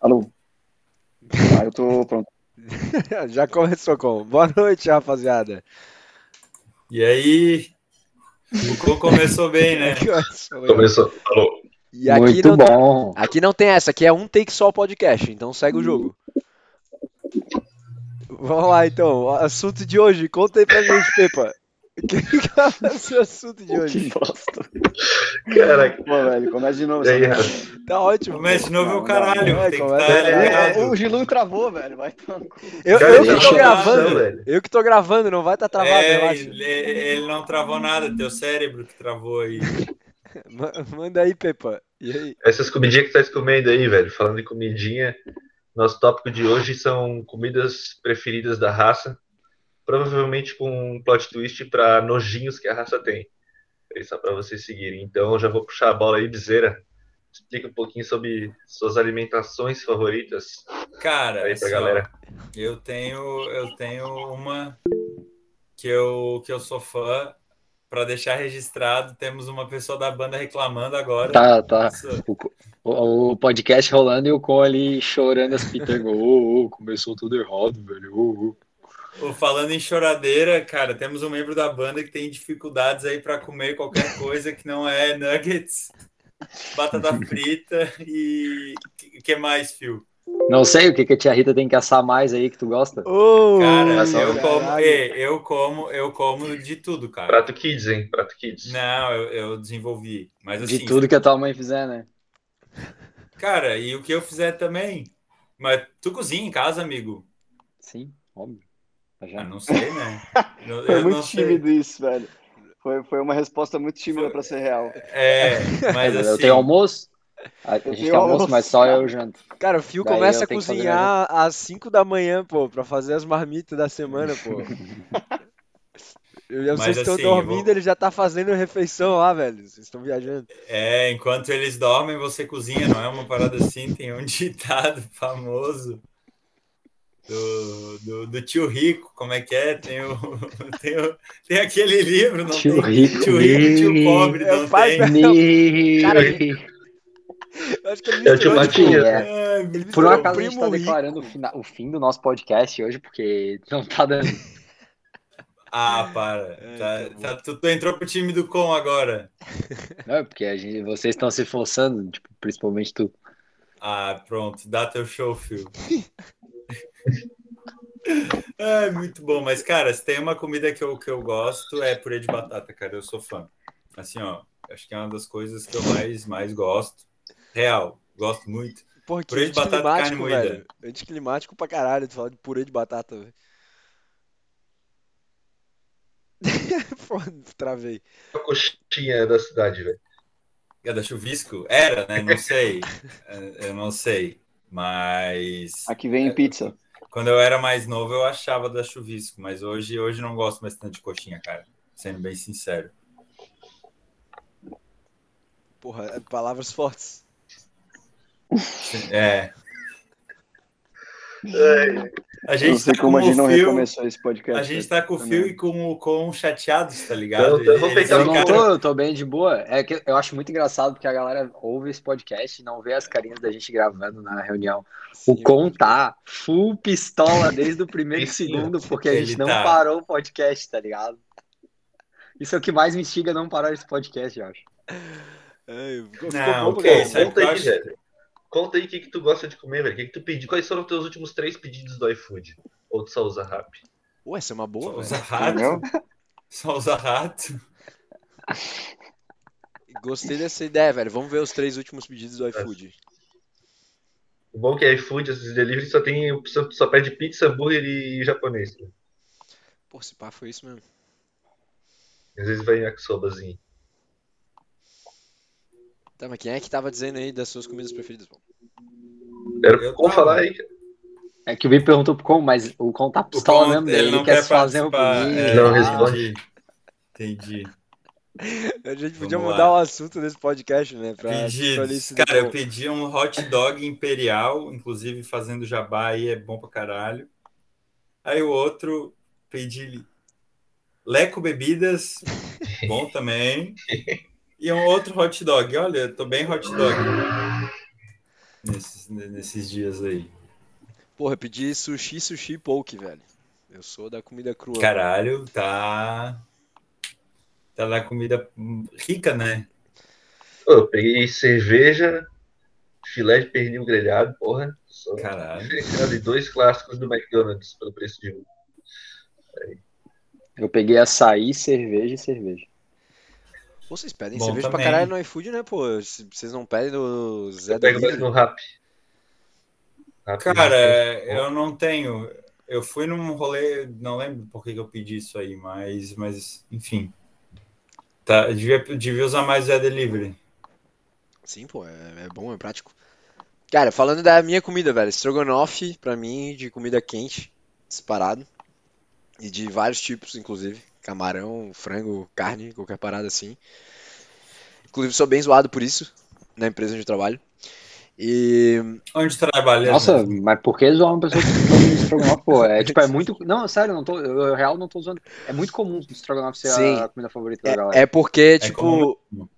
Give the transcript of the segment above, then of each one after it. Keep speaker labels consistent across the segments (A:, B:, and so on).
A: Alô? Ah, eu tô pronto.
B: Já começou com. Boa noite, rapaziada.
C: E aí? O Cu começou bem, né?
D: Começou. Alô.
B: E aqui
A: Muito
B: não,
A: bom.
B: aqui não tem essa, aqui é um take só podcast, então segue o jogo. Vamos lá então, o assunto de hoje, conta aí pra gente, Pepa. Quem que é o seu assunto de hoje?
A: Que bosta.
D: Cara,
A: Pô, velho, começa de novo.
D: e aí,
A: sabe?
D: Rafa?
B: Tá ótimo.
C: Começa de novo é o caralho.
B: Vai,
C: Tem que tá
B: começa.
C: estar
A: É,
C: ligado.
A: o Gilu travou, velho. Vai tomar no cu.
B: Eu,
D: Cara,
B: eu
D: ele
B: que
D: achou
B: tô
D: que
B: gravando,
D: não, velho.
B: eu que tô gravando, não vai estar tá travado,
C: É,
B: relaxa.
C: ele, ele não travou nada, teu cérebro que travou aí.
B: Ma- Manda aí, Pepa. E aí?
D: essas comidinhas que tá comendo aí, velho. Falando em comidinha, nosso tópico de hoje são comidas preferidas da raça. Provavelmente com um plot twist pra nojinhos que a raça tem. É só pra vocês seguirem. Então, eu já vou puxar a bola aí, Bizeira. Explica um pouquinho sobre suas alimentações favoritas
C: Cara,
D: aí pra
C: assim, ó,
D: galera.
C: eu tenho eu tenho uma que eu que eu sou fã. Pra deixar registrado, temos uma pessoa da banda reclamando agora.
E: Tá, tá.
C: Isso.
E: O, co- o- o podcast rolando e o Con ali chorando as pitangas. Ô, ô, começou tudo errado, velho. Ô, ô.
C: Ô, Falando em choradeira, cara, temos um membro da banda que tem dificuldades aí pra comer qualquer coisa que não é nuggets, batata frita e o que mais, Phil?
E: Não sei o que, que a tia Rita tem que assar mais aí que tu gosta.
B: Ô,
E: é
C: Cara,
D: Essa
C: eu
D: hora.
C: como, Ê, eu como, eu como de tudo, cara.
D: Prato Kids, hein? Prato Kids.
C: Não, eu, eu desenvolvi, mas assim,
E: De tudo que a tua mãe fizer, né?
C: cara, e o que eu fizer também. Mas tu cozinha em casa, amigo?
E: Sim, óbvio. Tá
C: Ah,
E: já.
C: não sei, né? Eu,
E: É
A: Foi
C: eu
A: muito
C: não sei.
A: tímido isso, velho. Foi, foi uma resposta muito tímida pra ser real.
C: É, mas
E: eu
C: assim.
E: tenho almoço. A, a gente
A: tenho
E: tem almoço,
A: almoço,
E: mas só
A: cara.
E: eu janto.
B: Cara, o Fio
E: Daí
B: começa
E: eu
B: a
E: tenho que fazer
B: cozinhar às 5 da manhã, pô, pra fazer as marmitas da semana, pô. Eu já
C: Mas
B: vocês estão
C: assim,
B: dormindo,
C: vou-
B: ele já tá fazendo refeição lá, velho. Vocês estão viajando.
C: É, enquanto eles dormem, você cozinha, não é uma parada assim? Tem um ditado famoso do, do, do tio Rico, como é que é? Tem, o, tem, o- tem aquele livro, não
E: Tio
C: tem?
E: Rico.
C: Tio Rico e tio Pobre,
B: Meu
C: não
B: pai-
C: tem?
B: Cara,
E: Cara,
B: Eu acho que ele
D: É o tio
B: misturou, tipo,
D: Patinhas,
E: é.
C: Ai,
B: ele
E: Por
B: misturou
E: um
B: o
E: acaso a gente
B: primo
E: tá
B: rico.
E: declarando o, fina- o fim do nosso podcast hoje, porque não tá dando.
C: Ah, para.
B: É,
C: Tá-
B: tá bom.
C: tá- tu, tu entrou pro time do Com agora.
E: Não, é porque a gente, vocês estão se forçando, tipo, principalmente tu.
C: Ah, pronto, dá teu show, Phil. É muito bom, mas cara, se tem uma comida que eu, que eu gosto é purê de batata, cara, eu sou fã. Assim, ó, acho que é uma das coisas que eu mais, mais gosto. Real, gosto muito.
B: Porra, que
C: Purê de batata e
B: anticlimático,
C: carne moída.
B: velho. Anticlimático pra caralho, tu fala de purê de batata, velho. Foda, travei.
D: é A coxinha da cidade, velho.
C: É da Chuvisco? Era, né? Não sei. É, Eu não sei. Mas
A: Aqui vem pizza.
C: quando eu era mais novo, eu achava da Chuvisco, mas hoje, hoje não gosto mais tanto de coxinha, cara. Sendo bem sincero.
B: Porra, é palavras fortes.
C: É. A
A: É. Eu não
C: gente
A: sei
C: tá
A: como a
C: com
A: gente não
C: o fio,
A: recomeçou esse podcast.
C: a gente tá com o fio e com o com chateados, tá ligado?
D: Então, então eu vou
C: Eles
D: pegar
E: Eu
D: Então,
E: não
C: ficaram-
E: tô, eu tô bem de boa. É que eu acho muito engraçado porque a galera ouve esse podcast e não vê as carinhas da gente gravando na reunião. O
B: Sim.
E: Con tá full pistola desde o primeiro
D: Sim,
E: segundo, porque a
C: ele
E: gente não
C: tá.
E: parou o podcast, tá ligado? Isso é o que mais me instiga a não parar esse podcast, eu acho.
B: Ai, É, ficou- ficou
C: Não,
B: bom, né?
C: que
B: cara.
C: isso é aí,
D: Conta aí,
C: acho-
D: velho. Conta aí o que, que tu gosta de comer, velho. O que, que tu pediu? Quais foram os teus últimos três pedidos do iFood? Ou tu só usa rap?
B: Ué, essa é uma boa,
C: Só
B: velho.
C: usa rato. Só usa rato.
B: Gostei dessa ideia, velho. Vamos ver os três últimos pedidos do iFood.
D: O bom que é iFood, esses deliveries, só tem opção, tu só pede pizza, hambúrguer e japonês. né?
B: Pô, se pá, foi isso mesmo.
D: Às vezes vai em yakisobazinho.
B: Tá, mas quem é que tava dizendo aí das suas comidas preferidas? pô?
D: Era
C: Eu
D: bom
C: tava.
D: falar aí. cara.
E: É que o Bi perguntou pro Con, mas o Con tá pistola
C: Con-
E: mesmo, ele, ele quer se fazer um
C: participar,
E: pouquinho.
C: é,
D: Não
E: Ah,
D: responde.
C: Entendi.
B: A gente podia
C: Vamos
B: mudar
C: lá.
B: o assunto desse podcast, né? Pra
C: Pedidos.
B: solicitar-
C: Cara, eu pedi um hot dog imperial, inclusive fazendo jabá aí é bom pra caralho. Aí o outro pedi Leco Bebidas, bom também. E um outro hot dog. Olha, eu tô bem hot dog. nesses, nesses dias aí.
B: Porra, eu pedi sushi, sushi e poke, velho. Eu sou da comida crua.
C: Caralho, tá. Tá na comida rica, né?
D: Pô, eu peguei cerveja, filé de pernil grelhado, porra. Só
C: Caralho.
D: diferenciado de dois clássicos do McDonald's pelo preço de um.
E: Eu peguei açaí, cerveja e cerveja.
B: Pô, vocês pedem
C: Bom
B: cerveja
C: também.
B: pra caralho no iFood, né, pô? Se- Vocês não pedem no Zé
D: Eu
B: do
D: pego mais
C: um.
D: um
B: Livre?
D: no rap. Rap,
C: Cara,
D: né?
C: eu não tenho. Eu fui num rolê, não lembro por que que eu pedi isso aí, mas, mas enfim. Tá, eu devia, eu devia usar mais o Zé Delivery.
B: Sim, pô, é, é bom, é prático. Cara, falando da minha comida, velho, estrogonofe, pra mim, de comida quente, disparado. E de vários tipos, inclusive. Camarão, frango, carne, qualquer parada assim. Inclusive, sou bem zoado por isso, na empresa onde eu trabalho. E.
C: Onde trabalha?
E: Nossa,
C: né?
E: mas por que zoar uma pessoa que come estrogonofe, pô? É tipo, é muito. Não, sério, não tô. Eu, eu real não tô zoando. É muito comum o estrogonofe ser
B: Sim.
E: a comida favorita da galera.
B: É, é porque, tipo.
C: como-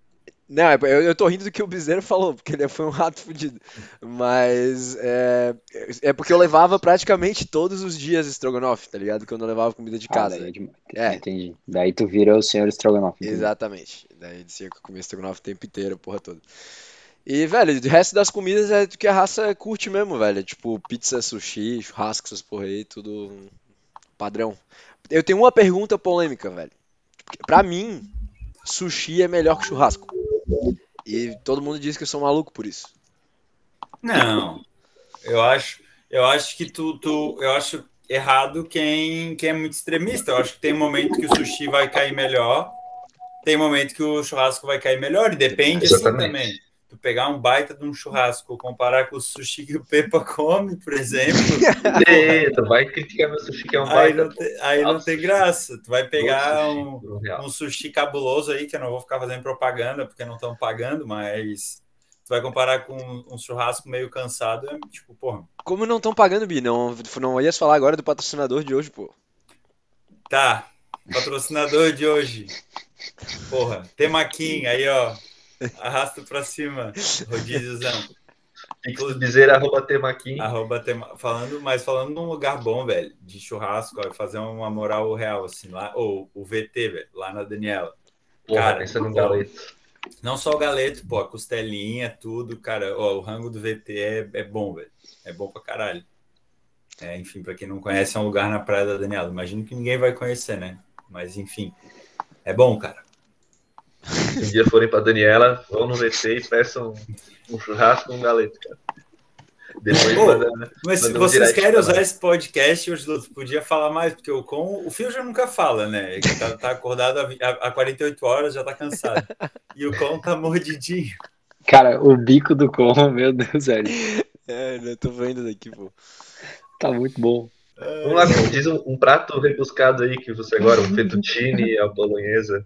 B: Não, é- eu, eu tô rindo do que o Bizeiro falou, porque ele foi um rato fudido. Mas é, é porque eu levava praticamente todos os dias estrogonofe, tá ligado? Quando eu levava comida de
E: Ah,
B: casa.
E: daí é demais.
B: É.
E: Entendi. Daí tu vira o senhor estrogonofe. entendi.
B: Exatamente. Daí dizia que eu comia estrogonofe o tempo inteiro, a porra toda. E, velho, o resto das comidas é do que a raça curte mesmo, velho. Tipo, pizza, sushi, churrasco, essas porra aí, tudo padrão. Eu tenho uma pergunta polêmica, velho. Porque, Pra mim, sushi é melhor que churrasco. E todo mundo diz que eu sou maluco por isso.
C: Não. Eu acho, eu acho que tu, tu eu acho errado quem, quem é muito extremista. Eu acho que tem momento que o sushi vai cair melhor, tem momento que o churrasco vai cair melhor, e depende assim
D: Exatamente.
C: também. Tu pegar um baita de um churrasco, comparar com o sushi que o Pepa come, por exemplo,
D: Ei, tu vai criticar meu sushi que é um
C: aí
D: baita.
C: não, te- aí não tem graça. Tu vai pegar um,
D: Por um real.
C: um sushi cabuloso aí, que eu não vou ficar fazendo propaganda, porque não estão pagando, mas tu vai comparar com um churrasco meio cansado, é tipo, porra,
B: Como não estão pagando, Bi? Não, não ias falar agora do patrocinador de hoje, pô.
C: tá, patrocinador de hoje. Porra, temaquim, aí ó, arrasta pra cima, rodíziozão.
D: Pix do Bezerra, arroba temaquim.
C: Arroba tema... falando, mas falando num lugar bom, velho, de churrasco, ó, fazer uma moral real, assim, lá, ou o VT, velho, lá na Daniela.
D: Porra,
C: cara,
D: pensa num
C: pô.
D: galeto.
C: Não só o galeto, pô, a costelinha, tudo, cara. Ó, o rango do VT é, é bom, velho. É bom pra caralho. É, enfim, pra quem não conhece, é um lugar na Praia da Daniela. Imagino que ninguém vai conhecer, né? Mas enfim, é bom, cara.
D: Se um dia forem pra Daniela, vão no VT e peçam um churrasco com um galeto, cara. Depois
C: Ô,
D: manda.
C: Mas se
D: Mandou
C: vocês
D: direct
C: querem
D: pra
C: usar
D: nós.
C: esse podcast, hoje Luto, podia falar mais, porque o com o Fio já nunca fala, né? Ele tá, tá acordado há vi- há há 48 horas, já tá cansado. E o com tá mordidinho.
E: Cara, o bico do Como, meu Deus, velho.
B: É, eu tô vendo daqui, pô.
E: Tá muito bom. é.
D: Vamos lá, como diz um, um prato rebuscado aí que você agora, um fettuccine, a bolonhesa,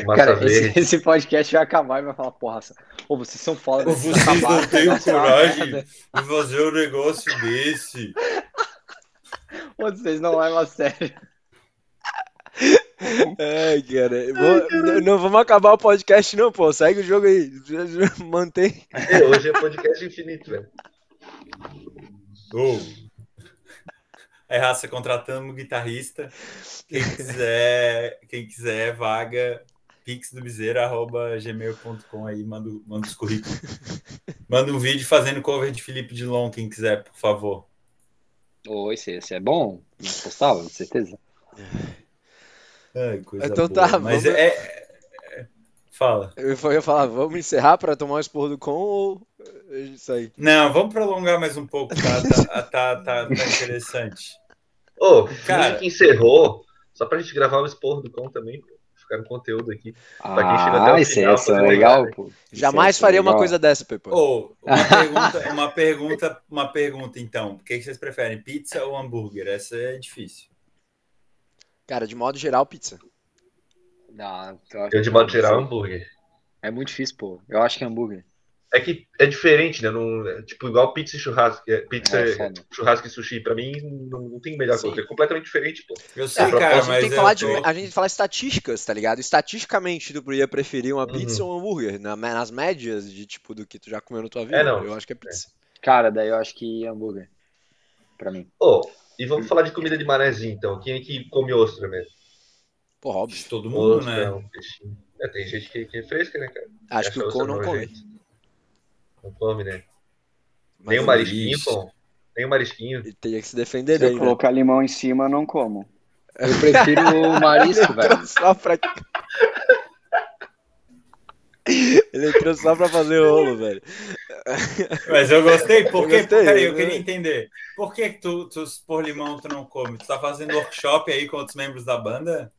D: com massa
E: Cara,
D: verde.
E: esse, esse podcast vai acabar e vai falar, porra, ou vocês são
A: Tá
E: foda, vocês
C: Vocês não
E: acabaram,
C: têm
E: nossa, é uma
C: coragem
E: merda.
C: de fazer um negócio desse.
E: Vocês não levam a sério.
B: Ai, cara. Vou- n- não vamos acabar o podcast, não, pô. Segue o jogo aí. Mantém.
D: É, hoje é podcast infinito, velho.
C: Oh. É raça, contratamos guitarrista. Quem quiser, quem quiser vaga, pixdobizeira.gmail.com aí, manda, o- manda os currículos. Manda um vídeo fazendo cover de Felipe Dilon, quem quiser, por favor.
E: Ô, esse, esse é bom? Gostava, com certeza.
C: Ai, coisa
B: Então
C: boa.
B: tá,
C: Mas
B: vamos-
C: é, é- Fala.
B: Eu ia falar, vamos encerrar pra tomar o esporro do com ou é isso aí?
C: Não, vamos prolongar mais um pouco, tá? Tá, tá, tá- tá interessante.
D: Ô,
C: Cara.
D: cara que encerrou, só pra gente gravar o esporro do com também, pô. ficar no conteúdo aqui. quem chega até
E: Ah,
D: o
E: esse,
D: final,
E: esse é
D: fazer um né?
E: legal,
D: legal,
E: pô. Esse
B: Jamais
E: é
B: faria uma
E: legal.
B: coisa dessa, Pepa.
C: Ou uma pergunta, uma pergunta, uma pergunta então. O que que vocês preferem, pizza ou hambúrguer? Essa é difícil.
B: Cara, de modo geral, pizza.
E: Não, eu acho
D: Eu, um de
E: que-
D: modo geral, hambúrguer.
E: É muito difícil, pô. Eu acho que é hambúrguer.
D: É que é diferente, né? Não, é, tipo, igual pizza e churrasco. é, Pizza,
E: É, foda.
D: churrasco e sushi, pra mim, não, não tem melhor
B: Sim.
D: coisa. É completamente diferente, pô.
C: Eu sei,
D: É,
C: cara,
D: a
B: A
C: mas
B: gente tem que
C: eu
B: falar de,
C: tô-
B: a gente fala estatísticas, tá ligado? Estatisticamente, tu ia
E: Uhum.
B: preferir uma pizza ou um hambúrguer? Na- nas médias de tipo do que tu já comeu na tua vida.
D: não.
B: Eu acho que é pizza.
E: Cara, daí eu acho que hambúrguer. Pra mim.
D: Ô, e
B: Hum.
D: vamos falar de comida de manézinho, então. Quem aqui come ostra mesmo?
B: Porra, óbvio.
C: De todo mundo,
D: ostra é
C: né?
D: um peixinho. É, tem gente que, que é fresca, né, cara?
B: Acho que
D: Acha
B: o
D: ostra
B: Con não come.
D: nojento. Não come, né?
B: Mas
D: Nem o
B: é
D: marisquinho,
B: isso.
D: pô. Nem o marisquinho.
B: Ele teria que se defender
A: Se
B: bem,
A: eu
B: né?
A: colocar limão em cima, não como.
E: Eu prefiro o marisco, velho.
B: Só pra... Ele entrou só pra fazer rolo, velho.
C: Mas eu gostei, por
B: Eu
C: quê?
B: gostei,
C: Peraí, eu
B: eu-
C: queria entender. Por que que tu, tu se por limão tu não come? Tu tá fazendo workshop aí com outros membros da banda?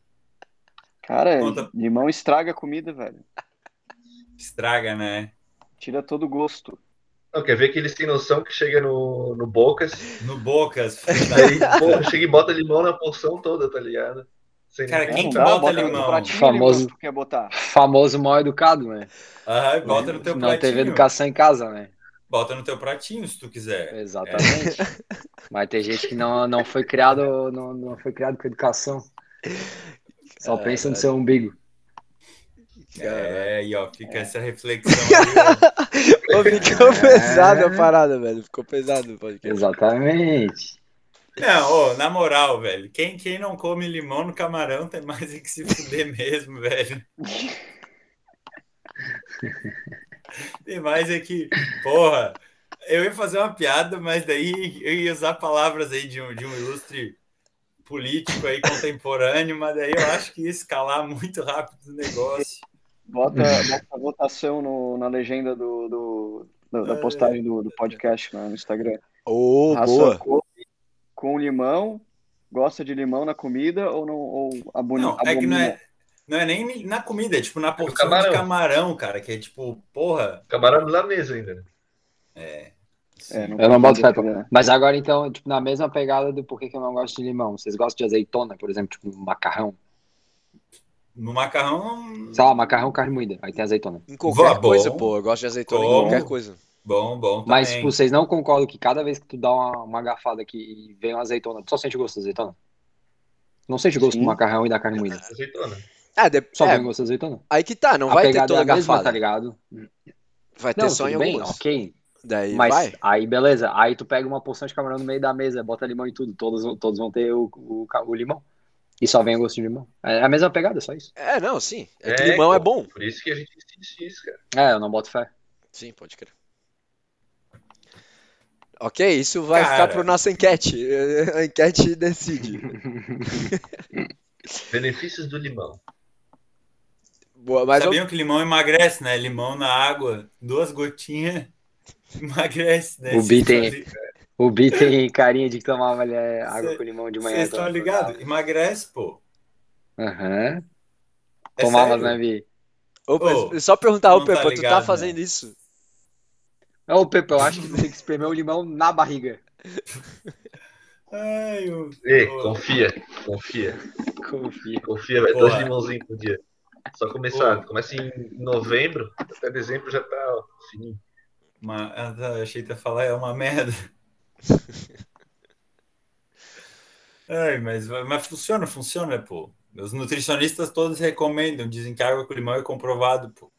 A: Cara,
C: Conta.
A: limão estraga a comida, velho.
C: Estraga, né?
A: Tira todo o gosto.
D: Não, quer ver que eles têm noção que chega no, no Bocas,
C: No Bocas. filho da-
D: daí porra, chega e bota limão na porção toda, tá ligado? Sem
C: Cara,
D: ninguém
C: quem
A: É, não
C: que
A: dá,
C: bota
A: no
C: limão?
A: pratinho
E: Famoso.
A: limão que tu quer botar.
E: Famoso mal educado, né?
C: Aham, bota no teu
E: Não teve
C: pratinho.
E: educação em casa, né?
C: Bota no teu pratinho, se tu quiser.
E: Exatamente.
C: É.
E: Mas tem gente que não, não foi criado, não, não foi criado com educação. Só pensa no seu umbigo.
C: É, e ó, fica essa reflexão aí. ó.
B: Ô, ficou pesado a parada, velho. Ficou pesado o podcast.
E: Exatamente.
C: Não, ô, na moral, velho, quem, quem não come limão no camarão tem mais é que se fuder mesmo, velho. Tem mais é que, porra, eu ia fazer uma piada, mas daí eu ia usar palavras aí de um, de um ilustre político aí contemporâneo, mas daí eu acho que ia escalar muito rápido o negócio.
A: Bota, bota a votação no- na legenda do, do- do-
C: É.
A: da postagem do, do podcast né, no Instagram.
B: Ô,
E: Ah,
A: Raça
B: boa.
A: come com limão, gosta de limão na comida ou não ou aboni-
C: Não, é que não
A: abomina?
C: é, não é nem na comida, é tipo na porção
D: camarão.
C: de camarão, cara, que é tipo, porra.
D: Camarão milanês ainda, né?
A: É,
E: Eu não boto fé.
A: pode
E: pô. Mas agora, então, tipo, na mesma pegada do porquê que eu não gosto de limão. Vocês gostam de azeitona, por exemplo, tipo macarrão?
C: No macarrão,
E: Sei lá, macarrão carne moída. Aí tem azeitona.
B: Em qualquer
C: Vá, bom.
B: coisa, pô. Eu gosto de azeitona em
C: Como?
B: qualquer coisa.
C: bom, bom tá também.
E: Mas, tipo, vocês não concordam que cada vez que tu dá uma, uma garfada aqui e vem uma azeitona, tu só sente o gosto da azeitona? Não sente o gosto
A: Sim.
E: do macarrão e da carne moída.
D: Azeitona.
B: Ah, de...
E: Só
B: é,
E: vem o gosto da azeitona.
B: aí que tá. Não
E: a
B: vai ter
E: pegada
B: toda
E: é a mesma, tá
B: garfada.
E: ligado?
B: Vai ter
E: Não,
B: só em
E: tudo bem,
B: algumas.
E: ok.
B: Daí
E: Mas
B: vai.
E: aí, beleza. Aí tu pega uma porção de camarão no meio da mesa, bota limão e tudo. Todos, vão- todos vão ter o, o, ca- o limão. E só vem o gosto de limão. É a mesma pegada, só isso.
B: É, não, sim. É que
D: É,
B: limão é
D: pô.
B: bom.
D: Por isso que a gente insiste isso, cara.
E: É, eu não boto fé.
B: Sim, pode crer. Ok, isso vai ficar
C: Cara.
B: pro nossa enquete. A enquete decide.
D: Benefícios do limão.
B: Boa,
E: é
B: mas eu-
C: Sabiam que limão emagrece, né? Limão na água, duas gotinhas, emagrece, né?
E: O
C: Vocês
E: Bi
C: estão
E: tem-
C: li-
E: O Bi tem carinha de que tomava é, água
C: Cê-
E: com limão de manhã.
C: Vocês estão
E: tá?
C: ligados? Emagrece, pô.
E: Aham.
C: É
E: Tomava,
C: sério.
E: né, Bi?
B: Ô,
C: Ô,
B: mas só perguntar, ô
C: não tá
B: Pepa, tu tá
C: ligado,
B: fazendo isso?
E: Ô, Pepe, eu acho que tu tem que espremer o limão na barriga.
C: Ai, o...
D: Ei,
C: Ô.
D: confia, confia,
E: Confia.
D: confia, velho.
C: Pô,
D: Dois
C: é.
D: limãozinhos por dia. Só começar,
C: Pô.
D: começa em novembro, até dezembro já tá ó, fininho.
C: Uma... Ah, tá, Achei que ia falar, é uma merda. Ai, mas, mas funciona, funciona, pô. Os nutricionistas todos recomendam, dizem que água com limão é comprovado, pô.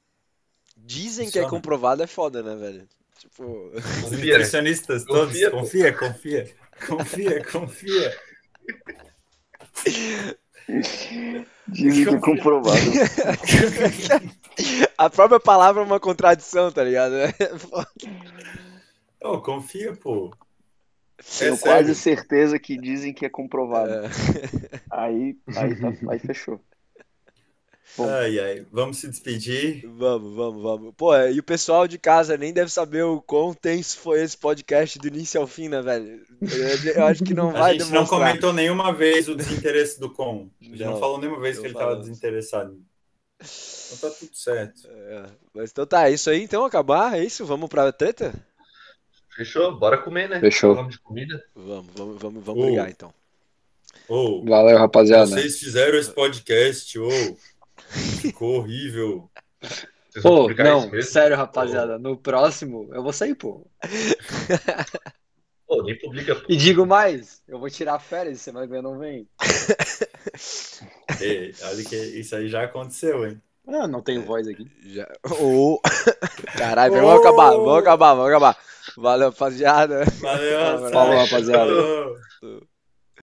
B: Dizem que é
C: Funciona.
B: comprovado, é foda, né, velho? Tipo,
C: Os
D: Confia, né?
C: nutricionistas todos,
D: Confia, pô.
C: confia, confia, confia, confia.
A: Dizem que é comprovado.
B: a própria palavra é uma contradição, tá ligado?
C: Ô, confia, pô. É
A: Tenho
C: sério.
A: quase certeza que dizem que é comprovado.
B: É.
A: Aí, aí, tá- aí fechou. Bom.
C: Ai, ai. Vamos se despedir.
B: Vamos, vamos, vamos. Pô, é, e o pessoal de casa nem deve saber o quão tenso foi esse podcast do início ao fim, né, velho? Eu- Eu acho que não
C: A
B: vai
C: gente não
B: demonstrar.
C: comentou nenhuma vez o desinteresse do Con. Já não,
B: Não,
C: falou nenhuma vez
B: não
C: que ele estava
B: falamos.
C: desinteressado. Então tá tudo certo.
B: É, mas então tá, é isso aí, então acabar, é isso? Vamos pra treta?
D: Fechou? Bora comer, né?
E: Fechou.
D: Vamos de comida.
B: Vamos, vamos, vamos, vamos
C: Ô.
B: brigar então.
C: Ô,
E: Valeu,
B: né?
E: rapaziada.
C: vocês fizeram esse podcast, ô. Ficou horrível.
D: Vocês vão
E: Pô,
D: publicar isso
E: não,
D: mesmo?
E: sério, rapaziada. No próximo, eu vou sair, pô.
D: Pô, nem publica. pô.
E: E digo mais, eu vou tirar férias semana que vem eu não vem.
C: Ei, É, olha que isso aí já aconteceu, hein?
E: Ah, não tenho voz aqui.
B: Já... Ô. Caralho, velho, vamos acabar, vamos acabar, vamos acabar.
F: Valeu, rapaziada.
B: Valeu,
C: Falou,
B: Sérgio.
C: rapaziada.
B: Falou.